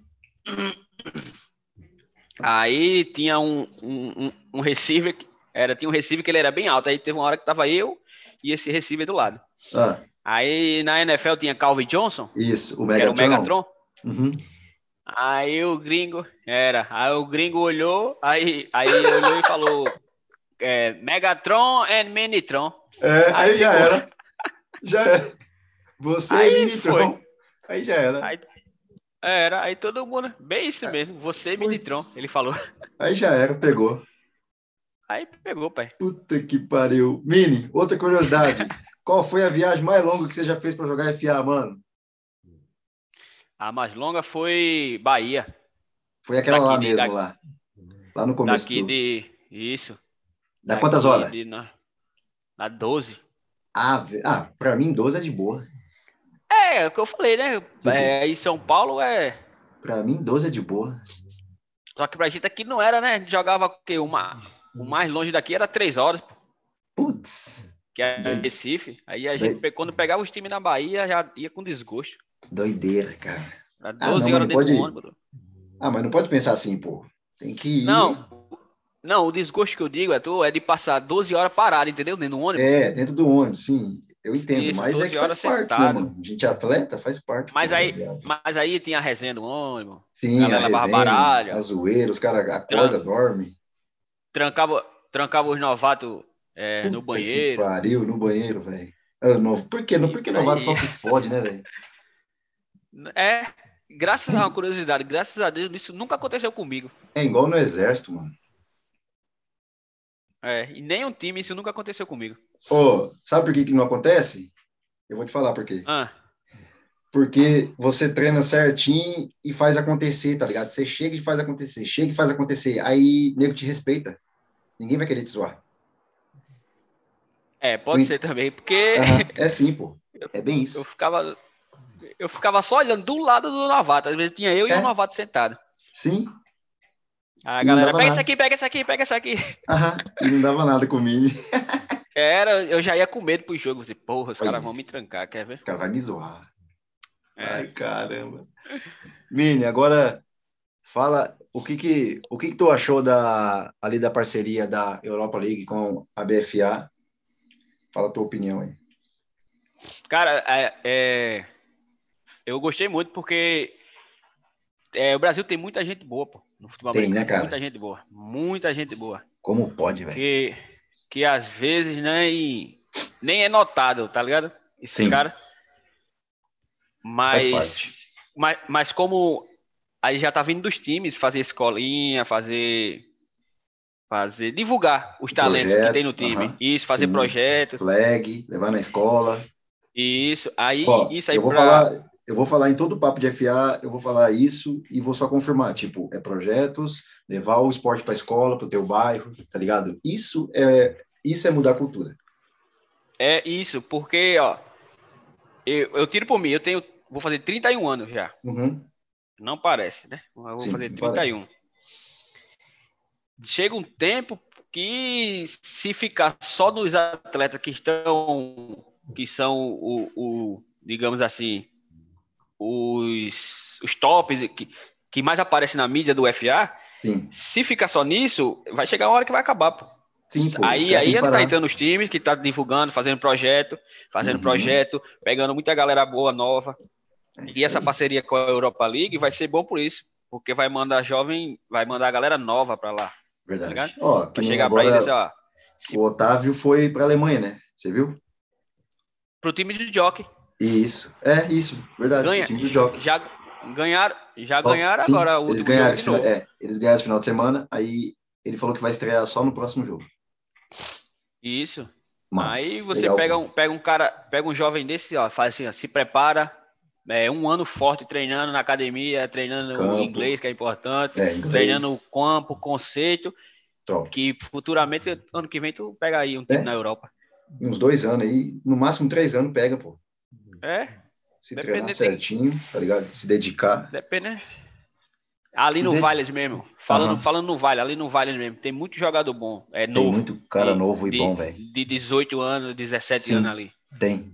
Speaker 2: Aí tinha um, um, um- um receiver, que- era, tinha um receiver que ele era bem alto. Aí teve uma hora que tava eu e esse receiver do lado.
Speaker 1: Ah,
Speaker 2: Aí na NFL tinha Calvin Johnson,
Speaker 1: isso, o
Speaker 2: que era
Speaker 1: Megatron.
Speaker 2: o Megatron.
Speaker 1: Uhum.
Speaker 2: Aí o gringo, era, aí o gringo olhou, aí, aí olhou e falou, é, Megatron and Minitron.
Speaker 1: É, aí
Speaker 2: Aí
Speaker 1: já
Speaker 2: ficou.
Speaker 1: era. Já era. Você
Speaker 2: Aí
Speaker 1: é Minitron. Aí já era.
Speaker 2: Aí- Era, aí todo mundo, bem isso mesmo, você e
Speaker 1: Putz.
Speaker 2: Minitron, ele falou.
Speaker 1: Aí já era, pegou.
Speaker 2: Aí pegou, pai.
Speaker 1: Puta que pariu. Mini, outra curiosidade. Qual foi a viagem mais longa que você já fez para jogar FA, mano?
Speaker 2: A mais longa foi Bahia,
Speaker 1: Foi aquela
Speaker 2: Daqui
Speaker 1: lá
Speaker 2: de-
Speaker 1: mesmo,
Speaker 2: daqui-
Speaker 1: lá. Lá no começo.
Speaker 2: daqui
Speaker 1: do...
Speaker 2: de, isso.
Speaker 1: Dá quantas
Speaker 2: daqui
Speaker 1: horas?
Speaker 2: de na, na 12.
Speaker 1: Ah, ve- ah, pra mim 12 é de boa.
Speaker 2: É, é o que eu falei, né? É, em São Paulo é.
Speaker 1: Pra mim 12 é de boa.
Speaker 2: Só que pra gente aqui não era, né? A gente jogava o quê? Uma... O mais longe daqui era três horas, pô,
Speaker 1: Putz,
Speaker 2: que era
Speaker 1: Doido.
Speaker 2: Recife. Aí a
Speaker 1: Doido.
Speaker 2: gente, pe- quando pegava os times na Bahia, já ia com desgosto.
Speaker 1: doideira, cara. não,
Speaker 2: Era
Speaker 1: mas
Speaker 2: 12
Speaker 1: Ah, não
Speaker 2: horas dentro
Speaker 1: pode ir.
Speaker 2: do ônibus.
Speaker 1: Ah, mas não pode pensar assim, pô. Tem que ir.
Speaker 2: Não, não, o desgosto que eu digo é, tu, é de passar 12 horas parado, entendeu? Dentro do ônibus.
Speaker 1: É, dentro do ônibus, sim. Eu entendo,
Speaker 2: Isso,
Speaker 1: mas é
Speaker 2: 12
Speaker 1: que faz
Speaker 2: horas
Speaker 1: parte, né,
Speaker 2: sentado.
Speaker 1: mano? A gente é atleta, faz parte.
Speaker 2: Mas
Speaker 1: pô,
Speaker 2: aí-
Speaker 1: da viagem.
Speaker 2: Mas aí tinha a resenha do ônibus.
Speaker 1: Sim,
Speaker 2: galera
Speaker 1: a
Speaker 2: lava
Speaker 1: resenha,
Speaker 2: baralho.
Speaker 1: a zoeira, os caras acordam, dormem.
Speaker 2: Trancava, trancava os novatos é, no
Speaker 1: Puta que
Speaker 2: banheiro.
Speaker 1: pariu, no banheiro, velho. Ah, novo. Por que, por que
Speaker 2: E
Speaker 1: novato
Speaker 2: aí?
Speaker 1: só se fode, né, velho?
Speaker 2: É, graças a uma curiosidade, graças a Deus, isso nunca aconteceu comigo.
Speaker 1: É igual no exército, mano.
Speaker 2: É, e nem um time, isso nunca aconteceu comigo.
Speaker 1: Ô, sabe por que, que não acontece? Eu vou te falar por quê.
Speaker 2: Ah,
Speaker 1: Porque você treina certinho e faz acontecer, tá ligado? Você chega e faz acontecer, chega e faz acontecer. Aí, nego te respeita. Ninguém vai querer te zoar.
Speaker 2: é, pode
Speaker 1: Ui.
Speaker 2: ser também, porque
Speaker 1: Aham, É sim, pô. É bem isso.
Speaker 2: eu ficava. Eu ficava só olhando do lado do novato. Às vezes tinha eu e
Speaker 1: É.
Speaker 2: o novato sentado.
Speaker 1: Sim.
Speaker 2: Aí A
Speaker 1: E não
Speaker 2: galera,
Speaker 1: dava nada.
Speaker 2: pega isso aqui, pega isso aqui, pega isso aqui.
Speaker 1: Aham. E não dava nada com o Mini.
Speaker 2: Era, eu já ia com medo pro jogo. Falei, porra, os
Speaker 1: Olha
Speaker 2: caras
Speaker 1: aí.
Speaker 2: vão me trancar, quer ver?
Speaker 1: O cara vai me zoar.
Speaker 2: É.
Speaker 1: Ai, caramba. Mini, agora fala o que que, o que que tu achou da, ali da parceria da Europa League com a BFA? Fala a tua opinião aí.
Speaker 2: Cara, é, é, eu gostei muito porque é, o Brasil tem muita gente boa, pô, no futebol
Speaker 1: Tem,
Speaker 2: americano.
Speaker 1: né, cara?
Speaker 2: Muita gente boa. Muita gente boa.
Speaker 1: Como pode, velho?
Speaker 2: que, que às vezes nem, nem é notado, tá ligado? Esses
Speaker 1: Sim.
Speaker 2: caras.
Speaker 1: Faz
Speaker 2: Mas,
Speaker 1: parte.
Speaker 2: mas, mas como aí já tá vindo dos times, fazer escolinha, fazer. Fazer, divulgar os talentos
Speaker 1: Projeto,
Speaker 2: que tem no time.
Speaker 1: aham.
Speaker 2: Isso, fazer
Speaker 1: Sim.
Speaker 2: projetos.
Speaker 1: Flag, levar na escola.
Speaker 2: Isso. Aí,
Speaker 1: Ó,
Speaker 2: isso aí
Speaker 1: eu vou
Speaker 2: pra-
Speaker 1: falar, eu vou falar em todo o papo de FA, eu vou falar isso e vou só confirmar, tipo, é projetos, levar o esporte para escola, para o teu bairro, tá ligado? Isso é isso é mudar a cultura.
Speaker 2: É isso, porque, ó. Eu, eu tiro por mim, eu tenho. Vou fazer 31 anos já.
Speaker 1: Uhum.
Speaker 2: Não parece, né? Eu vou
Speaker 1: Sim,
Speaker 2: fazer
Speaker 1: não
Speaker 2: 31. Chega um tempo que se ficar só nos atletas que estão, que são o, o- digamos assim, os, os tops que, que mais aparecem na mídia do FA,
Speaker 1: Sim.
Speaker 2: se ficar só nisso, vai chegar uma hora que vai acabar. pô.
Speaker 1: Sim, pô, é os caras
Speaker 2: aí
Speaker 1: têm
Speaker 2: aí
Speaker 1: que
Speaker 2: ele tá
Speaker 1: parar.
Speaker 2: entrando os times que tá divulgando, fazendo projeto, fazendo
Speaker 1: Uhum.
Speaker 2: projeto, pegando muita galera boa nova.
Speaker 1: É isso
Speaker 2: E essa
Speaker 1: aí.
Speaker 2: parceria com a Europa League vai ser bom por isso, porque vai mandar jovem, vai mandar a galera nova pra lá, tá
Speaker 1: Verdade.
Speaker 2: ligado?
Speaker 1: Ó, que
Speaker 2: Pra
Speaker 1: nem
Speaker 2: chegar pra
Speaker 1: agora
Speaker 2: eles, ó, se-
Speaker 1: o Otávio foi para Alemanha, né? Você viu?
Speaker 2: pro time de jockey.
Speaker 1: Isso. É, isso. Verdade.
Speaker 2: Ganha,
Speaker 1: O time do Jockey.
Speaker 2: já ganharam, já
Speaker 1: Ó,
Speaker 2: ganharam
Speaker 1: sim,
Speaker 2: agora o
Speaker 1: eles
Speaker 2: último
Speaker 1: ganharam,
Speaker 2: jogo
Speaker 1: esse
Speaker 2: de novo.
Speaker 1: final, é, eles ganharam esse final de semana, aí ele falou que vai estrear só no próximo jogo.
Speaker 2: Isso.
Speaker 1: Mas,
Speaker 2: Aí você
Speaker 1: legal,
Speaker 2: pega
Speaker 1: pô.
Speaker 2: um, pega um cara, pega um jovem desse, ó, faz assim, ó, se prepara, é, um ano forte treinando na academia, treinando
Speaker 1: Campo.
Speaker 2: o inglês, que é importante,
Speaker 1: É, inglês,
Speaker 2: treinando o campo, conceito,
Speaker 1: top.
Speaker 2: que futuramente, ano que vem, tu pega aí um time
Speaker 1: É.
Speaker 2: na Europa.
Speaker 1: Em Uns dois anos aí, no máximo três anos pega, pô.
Speaker 2: É,
Speaker 1: Se
Speaker 2: Depende,
Speaker 1: treinar
Speaker 2: tem-
Speaker 1: certinho, tá ligado? Se dedicar.
Speaker 2: Depende, né? Ali
Speaker 1: Se
Speaker 2: no
Speaker 1: de-
Speaker 2: Vales mesmo. Falando,
Speaker 1: Aham.
Speaker 2: falando no Vale, ali no Vale mesmo. Tem muito jogador bom. É
Speaker 1: Tem
Speaker 2: novo.
Speaker 1: muito cara
Speaker 2: de-
Speaker 1: novo e
Speaker 2: de,
Speaker 1: bom, velho.
Speaker 2: De 18 anos, 17
Speaker 1: Sim.
Speaker 2: anos ali.
Speaker 1: Tem.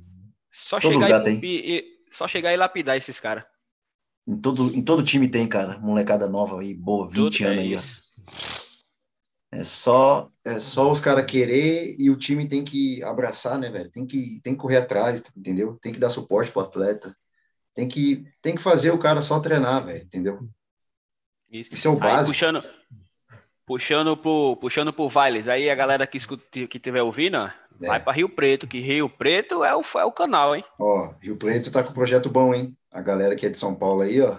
Speaker 2: Só
Speaker 1: Todo
Speaker 2: chegar,
Speaker 1: lugar
Speaker 2: e,
Speaker 1: tem.
Speaker 2: e- e- só chegar e lapidar esses caras.
Speaker 1: Em todo, em todo time tem, cara. Molecada nova aí, boa, 20
Speaker 2: Tudo é
Speaker 1: anos aí, ó.
Speaker 2: isso.
Speaker 1: É só, é só os caras querer e o time tem que abraçar, né, velho? Tem que, tem que correr atrás, entendeu? Tem que dar suporte pro atleta. Tem que, tem que fazer o cara só treinar, velho, entendeu?
Speaker 2: Isso.
Speaker 1: Isso é o
Speaker 2: Aí,
Speaker 1: básico.
Speaker 2: puxando, puxando pro, puxando pro Vales. Aí a galera que escute, que tiver ouvindo, ó,
Speaker 1: né?
Speaker 2: vai pra Rio Preto, que Rio Preto é o, é o canal, hein?
Speaker 1: Ó, Rio Preto tá com um projeto bom, hein? A galera que é de São Paulo aí, ó,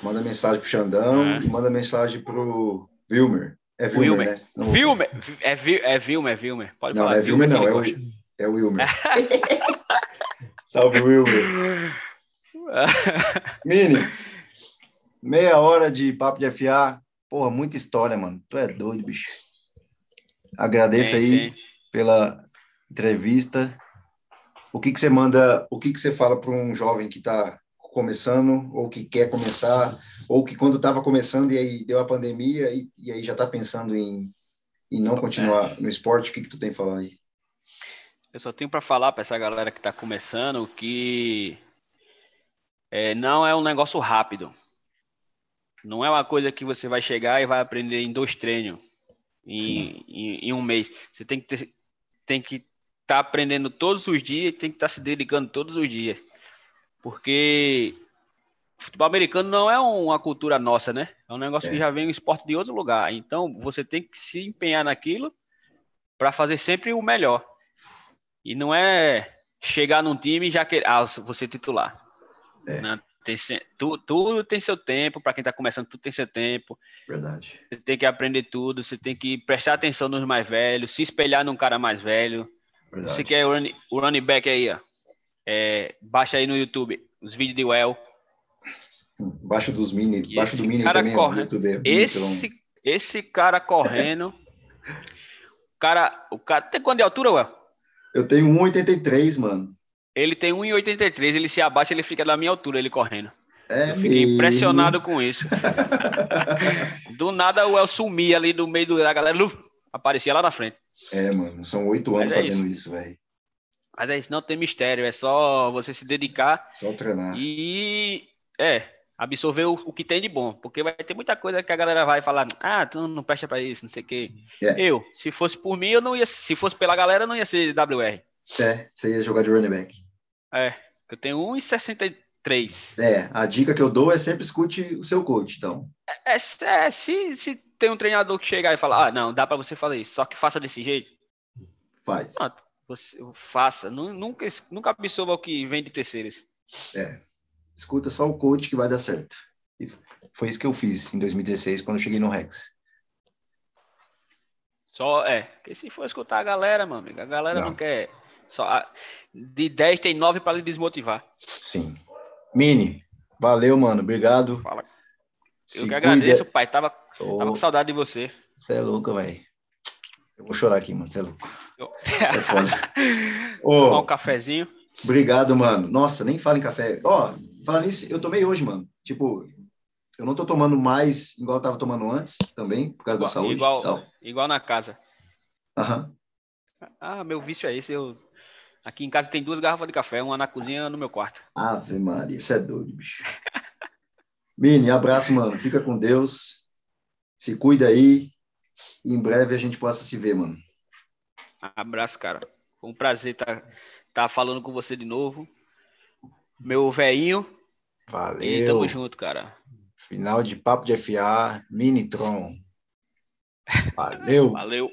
Speaker 1: manda mensagem pro Xandão
Speaker 2: É.
Speaker 1: e manda mensagem pro Vilmer. É Vilmer,
Speaker 2: Wilmer.
Speaker 1: né? Não,
Speaker 2: Vilmer, é, Vi- é Vilmer, é Vilmer. Pode
Speaker 1: Não,
Speaker 2: falar.
Speaker 1: não é Vilmer,
Speaker 2: que
Speaker 1: não.
Speaker 2: ele
Speaker 1: É o,
Speaker 2: gosta.
Speaker 1: é o Wilmer. Salve, Wilmer. Mini, meia hora de papo de FA. Porra, muita história, mano. Tu é doido, bicho. Agradeço
Speaker 2: Tem,
Speaker 1: aí
Speaker 2: tem.
Speaker 1: pela entrevista. O que que você manda, o que que você fala para um jovem que está começando ou que quer começar ou que quando estava começando e aí deu a pandemia e, e aí já está pensando em, em não continuar no esporte, o que que tu tem a falar aí?
Speaker 2: Eu só tenho pra falar pra essa galera que tá começando que é, não é um negócio rápido. Não é uma coisa que você vai chegar e vai aprender em dois treinos, em,
Speaker 1: Sim.
Speaker 2: em- em um mês. Você tem que ter- tem que estar aprendendo todos os dias, tem que estar se dedicando todos os dias, porque o futebol americano não é uma cultura nossa, né? É um negócio
Speaker 1: É.
Speaker 2: que já vem um esporte de outro lugar. Então você tem que se empenhar naquilo para fazer sempre o melhor. E não é chegar num time e já que ah, você titular.
Speaker 1: É.
Speaker 2: Não, tem se- tu- tudo tem seu tempo, para quem tá começando, tudo tem seu tempo.
Speaker 1: Verdade.
Speaker 2: Você tem que aprender tudo, você tem que prestar atenção nos mais velhos, se espelhar num cara mais velho.
Speaker 1: Verdade.
Speaker 2: Você quer é o running, o running back aí, ó. É, baixa aí no YouTube os vídeos de Well.
Speaker 1: Hum, Baixo dos mini,
Speaker 2: Que
Speaker 1: baixo
Speaker 2: esse
Speaker 1: do mini
Speaker 2: cara
Speaker 1: também,
Speaker 2: corre.
Speaker 1: é muito bem. muito longo.
Speaker 2: Esse, esse cara correndo. o cara, o cara tem quanto de altura, Well?
Speaker 1: Eu tenho 1,83, mano.
Speaker 2: Ele tem 1,83, ele se abaixa, ele fica da minha altura, ele correndo.
Speaker 1: É
Speaker 2: Eu fiquei
Speaker 1: mesmo.
Speaker 2: impressionado com isso. do nada o El sumia ali no meio do- da galera, luf, aparecia lá na frente.
Speaker 1: É, mano, são oito
Speaker 2: Mas
Speaker 1: anos
Speaker 2: é
Speaker 1: fazendo isso, velho.
Speaker 2: Mas é isso, não tem mistério, é só você se dedicar
Speaker 1: Só treinar.
Speaker 2: e é, absorver o, o que tem de bom, porque vai ter muita coisa que a galera vai falar, ah, tu não presta pra isso, não sei o quê.
Speaker 1: É.
Speaker 2: Eu, se fosse por mim, eu não ia, se fosse pela galera, eu não ia ser WR.
Speaker 1: É, você ia jogar de running back.
Speaker 2: É, eu tenho 1,63.
Speaker 1: É, a dica que eu dou é sempre escute o seu coach, então.
Speaker 2: É, se- é, se, se tem um treinador que chegar e falar, ah, não, dá pra você fazer isso, só que faça desse jeito,
Speaker 1: Faz.
Speaker 2: Ah, você faça. Nu- Nunca, es- nunca absorva o que vem de terceiros.
Speaker 1: Escuta só o coach que vai dar certo. E foi isso que eu fiz em 2016, quando eu cheguei no Rex.
Speaker 2: Só é. Porque se for escutar a galera, meu amigo, a galera não,
Speaker 1: Não.
Speaker 2: quer. Só, a- de 10 tem 9 para lhe desmotivar.
Speaker 1: Sim. Mini, valeu, mano. Obrigado.
Speaker 2: Fala.
Speaker 1: Se
Speaker 2: Eu que
Speaker 1: cuida.
Speaker 2: agradeço, pai. Tava,
Speaker 1: Um Ô,
Speaker 2: tava com saudade de você.
Speaker 1: Você é louco, velho. Eu vou chorar aqui, mano. Você é louco.
Speaker 2: Eu-
Speaker 1: É foda.
Speaker 2: Tomar um
Speaker 1: Ô,
Speaker 2: cafezinho.
Speaker 1: obrigado, mano. Nossa, nem fala em café. Ó, falando nisso, eu tomei hoje, mano. Tipo, eu não tô tomando mais igual eu tava tomando antes, também, por causa da
Speaker 2: Igual-
Speaker 1: saúde
Speaker 2: igual-
Speaker 1: e tal.
Speaker 2: Igual na casa.
Speaker 1: Aham.
Speaker 2: Ah, meu vício é esse. Eu... Aqui em casa tem duas garrafas de café, uma na cozinha e uma no meu quarto.
Speaker 1: Ave Maria, você é doido, bicho. Mini, abraço, mano. Fica com Deus. Se cuida aí. E em breve a gente possa se ver, mano.
Speaker 2: Abraço, cara. Foi um prazer estar tá falando com você de novo. Meu velhinho. E tamo junto, cara.
Speaker 1: Final de Papo de FA, Mini Tron. Valeu.
Speaker 2: Valeu.